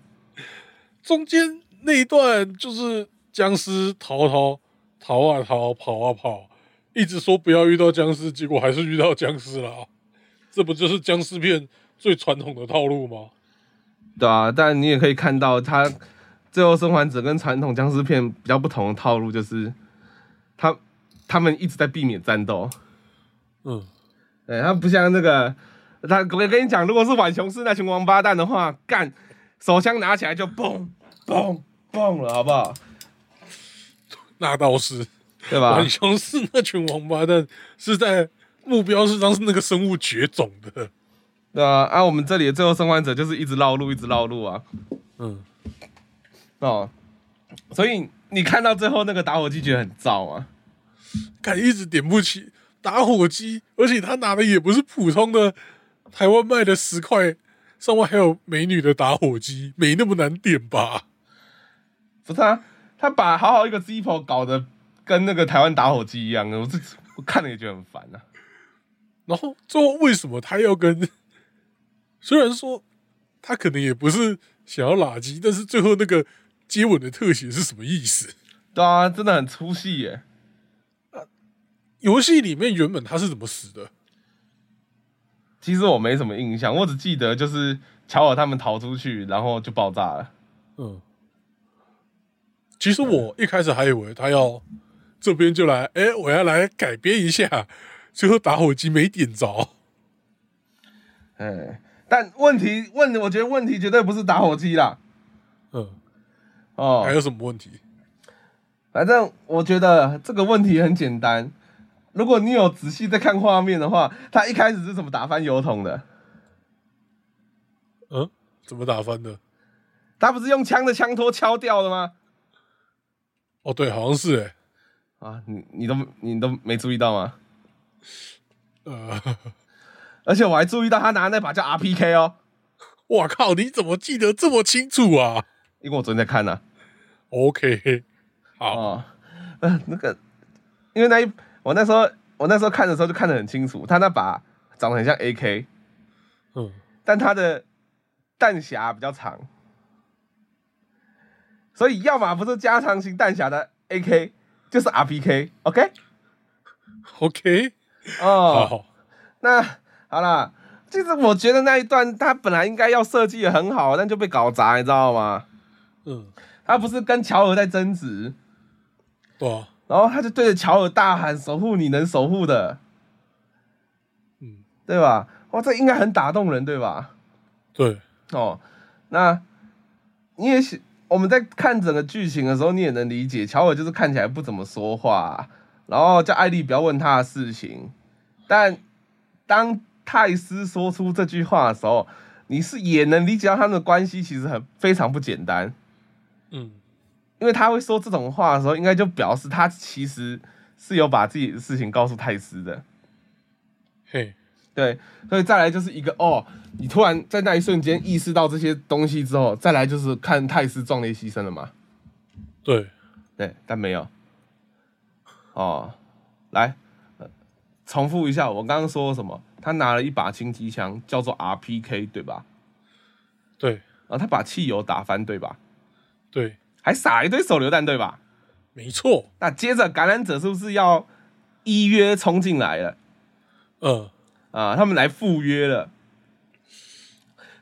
中间那一段就是僵尸逃逃逃啊逃，跑啊跑，一直说不要遇到僵尸，结果还是遇到僵尸了啊。这不就是僵尸片最传统的套路吗？
对啊，但你也可以看到，它《最后生还者》跟传统僵尸片比较不同的套路，就是他他们一直在避免战斗。
嗯，
对，他不像那个，他我跟你讲，如果是浣熊市那群王八蛋的话，干手枪拿起来就嘣嘣嘣了，好不好？
那倒是，
对吧
浣？熊市那群王八蛋是在目标是当时那个生物绝种的，
对啊，啊，我们这里的最后生还者就是一直绕路，一直绕路啊，
嗯，
哦，所以你看到最后那个打火机觉得很燥啊，
看一直点不起打火机，而且他拿的也不是普通的台湾卖的十块，上面还有美女的打火机，没那么难点吧？
不是啊，他把好好一个 Zippo 搞得跟那个台湾打火机一样，我这我看了也觉得很烦啊。
然后最后为什么他要跟？虽然说他可能也不是想要拉鸡，但是最后那个接吻的特写是什么意思？
对啊，真的很出戏耶。
游戏里面原本他是怎么死的？
其实我没什么印象，我只记得就是乔尔他们逃出去，然后就爆炸了。
嗯，其实
嗯
我一开始还以为他要这边就来，哎，我要来改编一下， 最后打火机没点着。
嗯，但问题问，我觉得问题绝对不是打火机啦。
嗯，
哦
还，有什么问题？
反正我觉得这个问题很简单。如果你有仔细在看画面的话，他一开始是怎么打翻油桶的？
嗯，怎么打翻的？
他不是用枪的枪托敲掉的吗？
哦，对，好像是哎、
啊，你你都你都没注意到吗？
呃，
而且我还注意到他拿那把叫 RPK 哦，
我靠，你怎么记得这么清楚啊
因为我昨天在看呢、
？OK，
啊。
好，
哦， 呃，那个，因为那一我那时候我那时候看的时候就看得很清楚，他那把长得很像 AK，
嗯，
但他的弹匣比较长，所以要么不是加长型弹匣的 AK，就是 RPK，OK？、
OK，
哦，
好，
那好啦，其实我觉得那一段他本来应该要设计的很好，但就被搞砸，你知道吗？
嗯，
他不是跟乔尔在争执，
对啊，
然后他就对着乔尔大喊：“守护你能守护的。”
嗯，
对吧？哇，这应该很打动人，对吧？
对，
哦，那你也喜我们在看整个剧情的时候，你也能理解，乔尔就是看起来不怎么说话，然后叫艾丽不要问他的事情。但当泰斯说出这句话的时候，你是也能理解到他们的关系其实很非常不简单，
嗯，
因为他会说这种话的时候，应该就表示他其实是有把自己的事情告诉泰斯的。
嘿，
对，所以再来就是一个哦，你突然在那一瞬间意识到这些东西之后，再来就是看泰斯壮烈牺牲了嘛？
对，
对，但没有。哦，来，呃、重复一下我刚刚说什么？他拿了一把轻机枪，叫做 RPK，对吧？
对，
然后他把汽油打翻，对吧？
对，
还撒一堆手榴弹，对吧？
没错，
那接着感染者是不是要依约冲进来了？
嗯，
啊，他们来赴约了。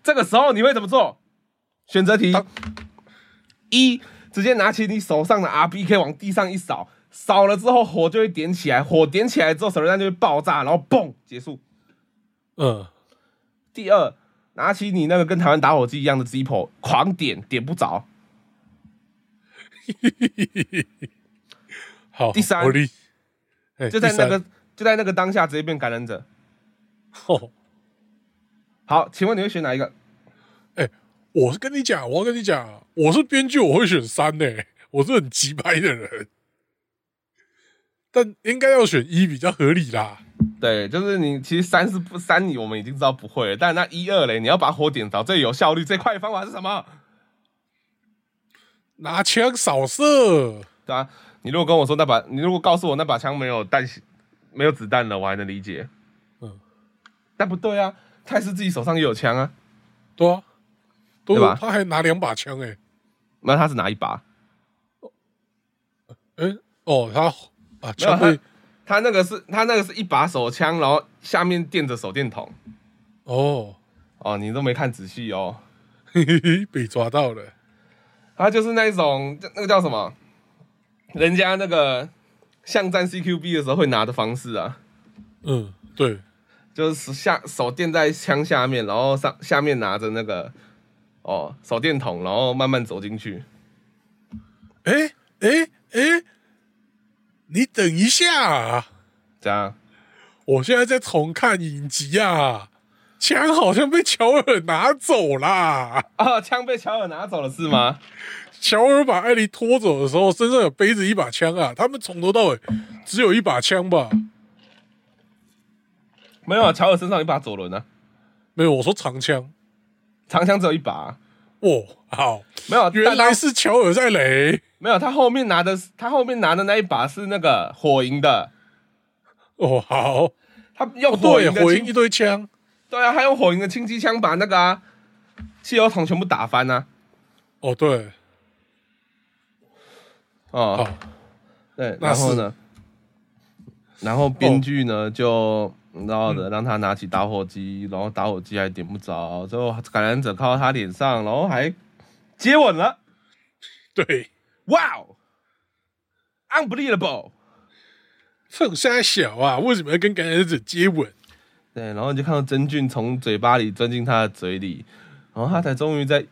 这个时候你会怎么做？选择题
当
一，直接拿起你手上的 RPK 往地上一扫，扫了之后火就会点起来，火点起来之后手榴弹就会爆炸，然后嘣结束。
嗯，
第二，拿起你那个跟台湾打火机一样的 Zippo，狂点，点不着。
好，
第三
我理，嘿
就在
第
那
三
个就在那个当下直接变感染者。
哦，
好，请问你会选哪一个？
我是跟你讲，我要跟你讲，我是编剧，我会选三呢、我是很急掰的人，但应该要选一比较合理啦。
对，就是你其实三是不三，你我们已经知道不会了，但那一二嘞，你要把火点着，最有效率、最快的方法是什么？
拿枪扫射，
对啊，你如果跟我说那把，你如果告诉我那把枪没有弹，没有子弹了，我还能理解。
嗯，
但不对啊，泰斯自己手上也有枪啊，
对啊，都
对吧
他还拿两把枪、欸，
那他是拿一把，
哎、哦，他啊，
没有
枪
他
会，
他那个是他那个是一把手枪，然后下面垫着手电筒。
哦，
哦，你都没看仔细哦，
嘿嘿嘿，被抓到了，
他就是那一种那个叫什么，人家那个巷战 CQB 的时候会拿的方式啊。
嗯，对，
就是下手垫在枪下面，然后上下面拿着那个哦手电筒，然后慢慢走进去。
哎哎哎，诶你等一下啊，
这样
我现在在重看影集啊，枪好像被乔尔拿走啦。
啊，枪被乔尔拿走了是吗？
乔尔把艾莉拖走的时候，身上有背着一把枪啊。他们从头到尾只有一把枪吧？
没有，啊，乔尔身上有一把左轮啊，
没有，我说长枪。
长枪只有一把啊、
哦，好，
没有，啊
原
但
来
他
是乔尔在雷。
没有，他后面拿的是他后面拿的那一把是那个火营的，
哦，好，
他用火
哦对，
营的
回
轻
一堆枪。
对啊，他用火营的轻机枪把那个啊汽油桶全部打翻啊。
哦，对，
哦，
好，
对，
那
然后
是哦
呢，然后编剧呢就你知道的，让他拿起打火机，然后打火机还点不着，最后感染者靠到他脸上，然后还接吻了，
对，
哇哦，unbelievable！
凤山小啊，为什么要跟感染者接吻？
对，然后你就看到真菌从嘴巴里钻进他的嘴里，然后他才终于在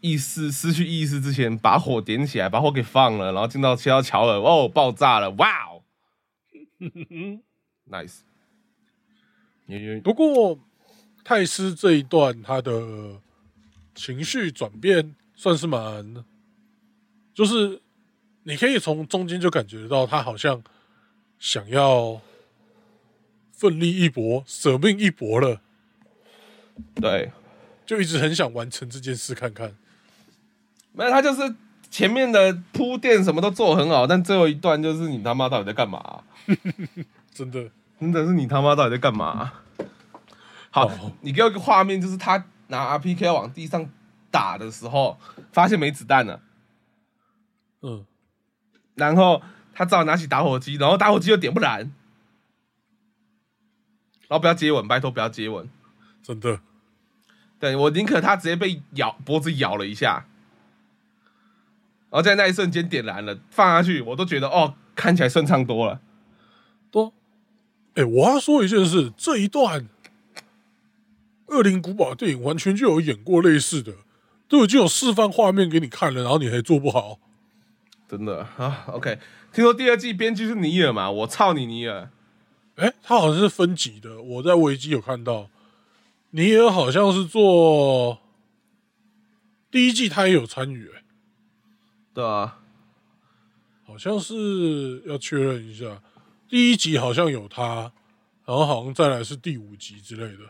意识失去意识之前，把火点起来，把火给放了，然后进到切到乔尔，哦，爆炸了，哇哦，nice！因为
不过泰斯这一段他的情绪转变算是蛮，就是你可以从中间就感觉到他好像想要奋力一搏、舍命一搏了，
对，
就一直很想完成这件事看看。
没有他就是前面的铺垫什么都做得很好，但最后一段就是你他妈到底在干嘛、
真的，
真的是你他妈到底在干嘛、好，
哦
你给我一个画面，就是他拿 RPK 往地上打的时候，发现没子弹了，
嗯，
然后他只好拿起打火机，然后打火机又点不燃，然后不要接吻，拜托不要接吻，
真的，
对我宁可他直接被咬脖子咬了一下，然后在那一瞬间点燃了，放下去，我都觉得哦，看起来顺畅多了。
都，哎、我要说一件事，这一段《恶灵古堡》电影完全就有演过类似的，都已经有示范画面给你看了，然后你还做不好。
真的啊，OK。听说第二季编剧是尼尔嘛？我操你尼尔！
哎，他好像是分级的，我在维基有看到，尼尔好像是做第一季，他也有参与、诶
对啊，
好像是要确认一下，第一集好像有他，然后好像再来是第五集之类的。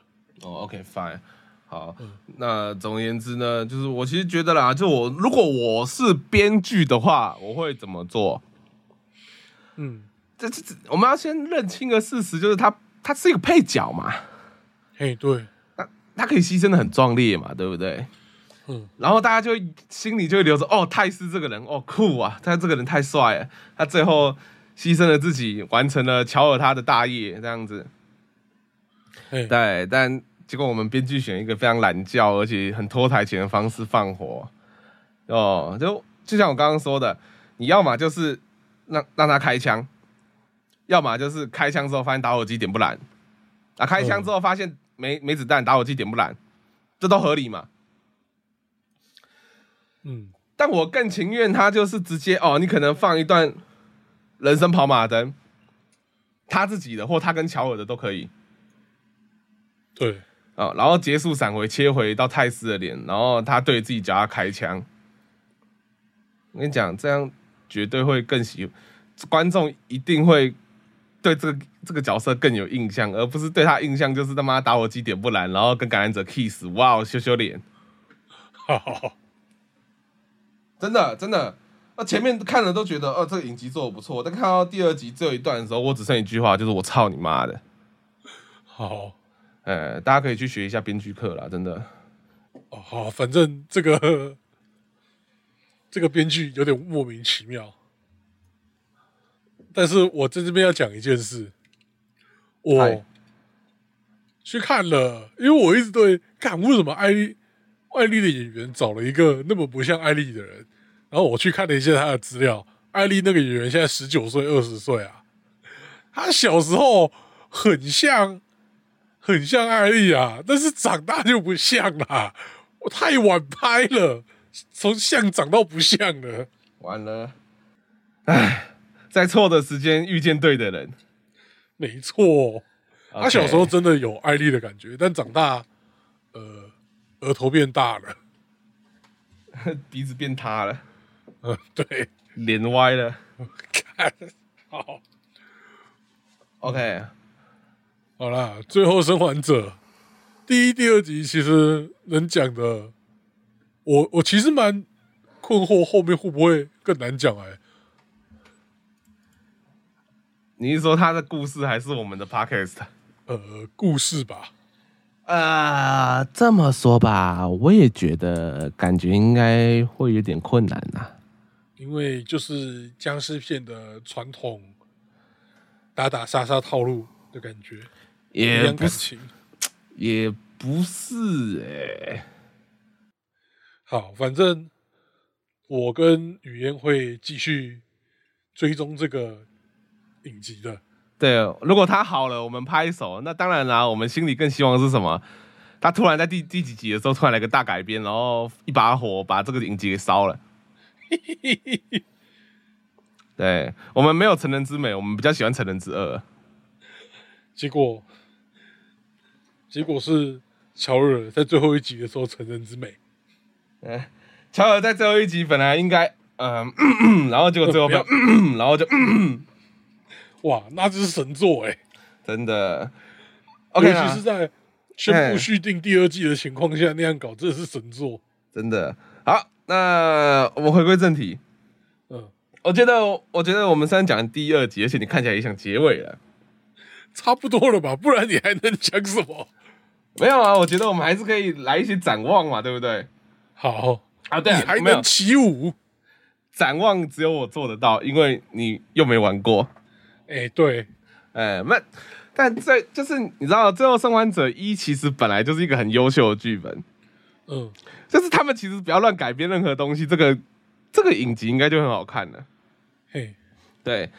哦，OK，fine，、好。那总而言之呢，就是我其实觉得啦，就我如果我是编剧的话，我会怎么做？
嗯，
这这，这我们要先认清个事实，就是他他是一个配角嘛，
嘿，对，
他他可以牺牲的很壮烈嘛，对不对？
嗯，
然后大家就会心里就会留着哦，泰斯这个人哦酷啊，他这个人太帅了，他最后牺牲了自己，完成了乔尔他的大业，这样子。
嘿，
对，但结果我们编剧选一个非常懒觉而且很拖台前的方式放火，哦，就就像我刚刚说的，你要么就是让让他开枪，要么就是开枪之后发现打火机点不燃，啊，开枪之后发现没没子弹，打火机点不燃，这都合理嘛？
嗯，
但我更情愿他就是直接哦，你可能放一段人生跑马灯，他自己的或他跟乔尔的都可以。
对，
啊、然后结束闪回切回到泰斯的脸，然后他对自己脚下开枪。我跟你讲，这样绝对会更喜，观众一定会对这个这个角色更有印象，而不是对他印象就是他妈打火机点不燃，然后跟感染者 kiss，哇哦，羞羞脸，
哈哈哈，
真的真的。那前面看了都觉得，哦，这个影集做的不错，但看到第二集最后一段的时候，我只剩一句话，就是我操你妈的。
好，
呃，大家可以去学一下编剧课啦，真的。
哦好，反正这个这个编剧有点莫名其妙。但是我在这边要讲一件事，我
嗨
去看了，因为我一直对看为什么艾丽艾丽的演员找了一个那么不像艾丽的人，然后我去看了一下她的资料，艾丽那个演员现在十九岁、二十岁啊，她小时候很像很像艾丽啊，但是长大就不像啦，我太晚拍了，从像长到不像了。
完了，唉，在错的时间遇见对的人。
没错，
啊
他小时候
OK
真的有艾丽的感觉，但长大，呃，额头变大了，
鼻子变塌了，
嗯，对，
脸歪了。
看，好，
OK，
好啦，最后生还者第一、第二集其实能讲的，我我其实蛮困惑，后面会不会更难讲哎、
你是说他的故事还是我们的 podcast？
呃，故事吧，
呃，这么说吧，我也觉得感觉应该会有点困难啊呐、
因为就是僵尸片的传统打打杀杀套路的感觉，一
也
样
不
感
是，
情。
也不是哎诶、
好，反正我跟雨嫣会继续追踪这个影集的。
对，如果他好了，我们拍手。那当然啦、我们心里更希望是什么？他突然在第第几集的时候突然来个大改编，然后一把火把这个影集给烧了。对我们没有成人之美，我们比较喜欢成人之恶。
结果，结果是乔尔在最后一集的时候成人之美，
乔哎尔在最后一集本来应该嗯、然后结果最后被、嗯
呃不
然后就、
哇，那这是神作哎、
真的 OK
尤
啦
其是在宣
哎
布续订第二季的情况下那样搞，真的是神作。
真的好。那我们回归正题，
嗯，
我觉得我觉得我们虽然讲第二集，而且你看起来也想结尾了。
差不多了吧？不然你还能讲什么？
没有啊，我觉得我们还是可以来一些展望嘛，对不对？
好，
啊，对
你还能起舞？
展望只有我做得到，因为你又没玩过。
哎、对，
哎，那但最就是你知道，《最后生还者一》其实本来就是一个很优秀的剧本，
嗯，
就是他们其实不要乱改编任何东西，这个这个影集应该就很好看了。
嘿，
对，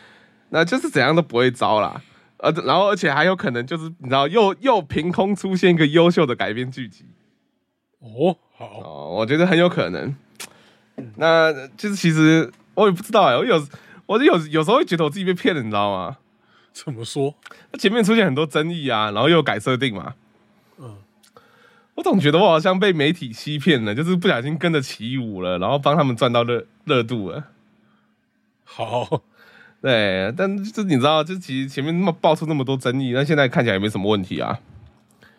那就是怎样都不会糟啦。呃，然后而且还有可能就是你知道，又又凭空出现一个优秀的改编剧集。
哦，好，
哦，我觉得很有可能。那就是其实我也不知道哎、我有我就有有时候会觉得我自己被骗了，你知道吗？
怎么说？
前面出现很多争议啊，然后又有改设定嘛，
嗯，
我总觉得我好像被媒体欺骗了，就是不小心跟着起舞了，然后帮他们赚到热热度了。
好，
对，但就是你知道，就其实前面那么爆出那么多争议，那现在看起来也没什么问题啊。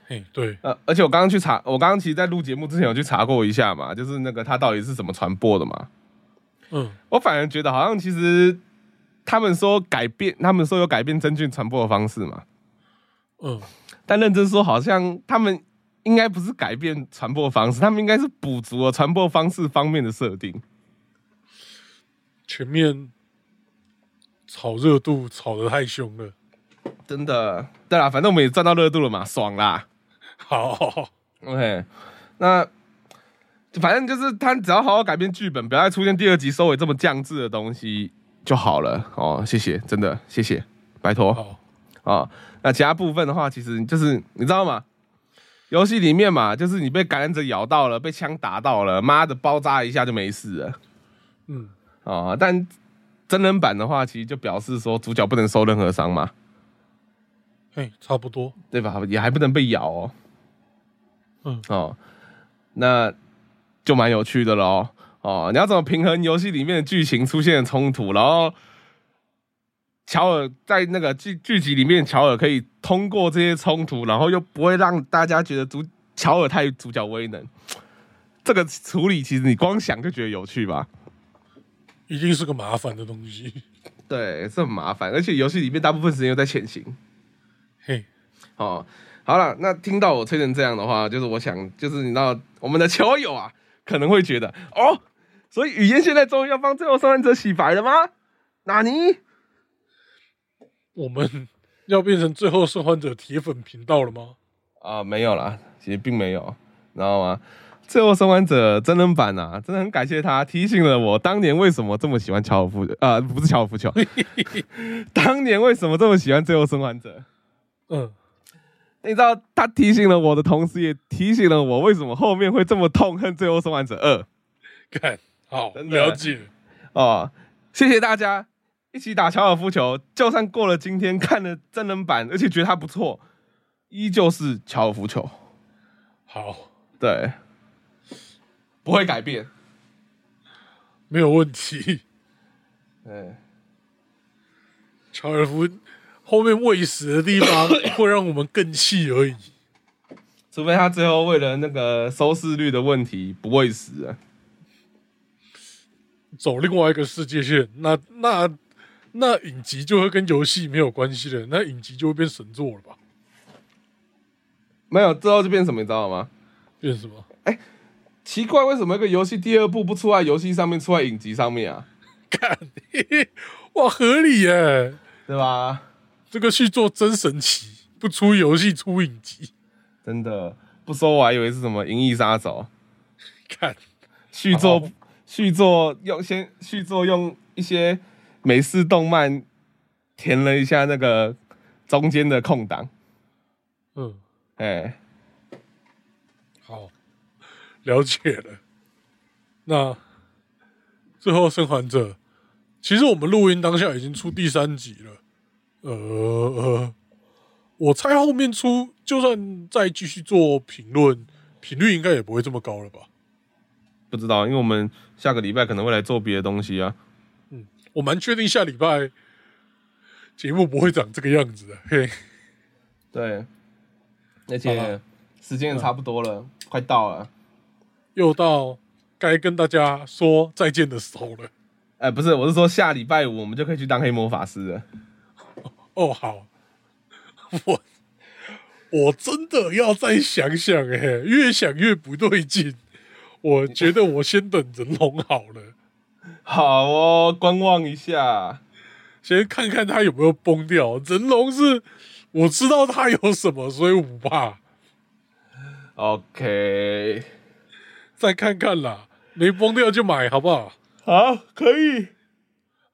嘿，对，
呃，而且我刚刚去查，我刚刚其实，在录节目之前有去查过一下嘛，就是那个它到底是怎么传播的嘛。
嗯，
我反而觉得好像其实他们说改变，他们说有改变真菌传播的方式嘛，
嗯，
但认真说，好像他们应该不是改变传播方式，他们应该是补足了传播方式方面的设定。
前面炒热度炒得太凶了。
真的，对啦，反正我们也赚到热度了嘛，爽啦。
好，
OK，那反正就是他只要好好改变剧本，不要再出现第二集收尾这么降智的东西就好了。哦，谢谢，真的谢谢，拜托。
好，
啊、那其他部分的话，其实就是你知道吗？游戏里面嘛，就是你被感染者咬到了，被枪打到了，妈的包扎一下就没事了
嗯，
啊、但真人版的话，其实就表示说主角不能受任何伤嘛，
嘿，差不多，
对吧？也还不能被咬哦。
嗯
哦，那就蛮有趣的喽。哦，你要怎么平衡游戏里面的剧情出现的冲突，然后乔尔在那个剧剧集里面，乔尔可以通过这些冲突，然后又不会让大家觉得主乔尔太主角威能。这个处理其实你光想就觉得有趣吧？
一定是个麻烦的东西。
对，是很麻烦，而且游戏里面大部分时间又在潜行。
嘿，
哦，好了，那听到我吹成这样的话，就是我想，就是你知道我们的球友啊，可能会觉得哦，所以语嫣现在终于要帮最后生还者洗白了吗？纳尼？
我们要变成最后生还者铁粉频道了吗？
啊，没有啦，其实并没有，你知道吗？最后生还者真人版啊，真的很感谢他提醒了我当年为什么这么喜欢乔尔夫，呃，不是乔尔夫 球，当年为什么这么喜欢最后生还者。
嗯，
你知道他提醒了我的同时，也提醒了我为什么后面会这么痛恨《最后生还者二》。
干，好，
真的
了解。
啊哦，谢谢大家，一起打高尔夫球，就算过了今天看了真人版，而且觉得它不错，依旧是高尔夫球，
好，
对，不会改变。
没有问题。
嗯，
乔尔夫后面喂食的地方会让我们更气而已。
除非他最后为了那个收视率的问题不喂食啊，
走另外一个世界线，那那那影集就会跟游戏没有关系了，那影集就会变神作了吧？
没有之后就变什么你知道吗？
变什么？
奇怪，为什么一个游戏第二部不出来游戏上面，出来影集上面啊？
干，嘿嘿哇，合理耶！
对吧？
这个续作真神奇，不出游戏出影集，
真的不说我还以为是什么《银翼杀手》
看
续作，续作用先续作用一些美式动漫填了一下那个中间的空档，
嗯，
哎、
好，了解了。那最后生还者，其实我们录音当下已经出第三集了，呃呃，我猜后面出就算再继续做评论，频率应该也不会这么高了吧？
不知道，因为我们下个礼拜可能会来做别的东西啊。
我蛮确定下礼拜节目不会长这个样子的。嘿，
对，而
好了
且时间也差不多了，快到了。
又到该跟大家说再见的时候了。
哎、不是，我是说下礼拜五我们就可以去当黑魔法师了。
哦，好，我我真的要再想想哎、越想越不对劲。我觉得我先等人龙好了，
好哦，观望一下。
先看看他有没有崩掉。人龙是我知道他有什么，所以我不怕。
OK，
再看看啦，没崩掉就买好不好？
好，可以。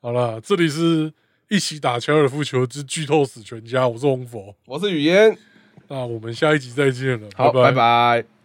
好了，这里是一起打高尔夫球之剧透死全家，我是翁佛，
我是雨嫣，
那我们下一集再见了，
好，
拜
拜拜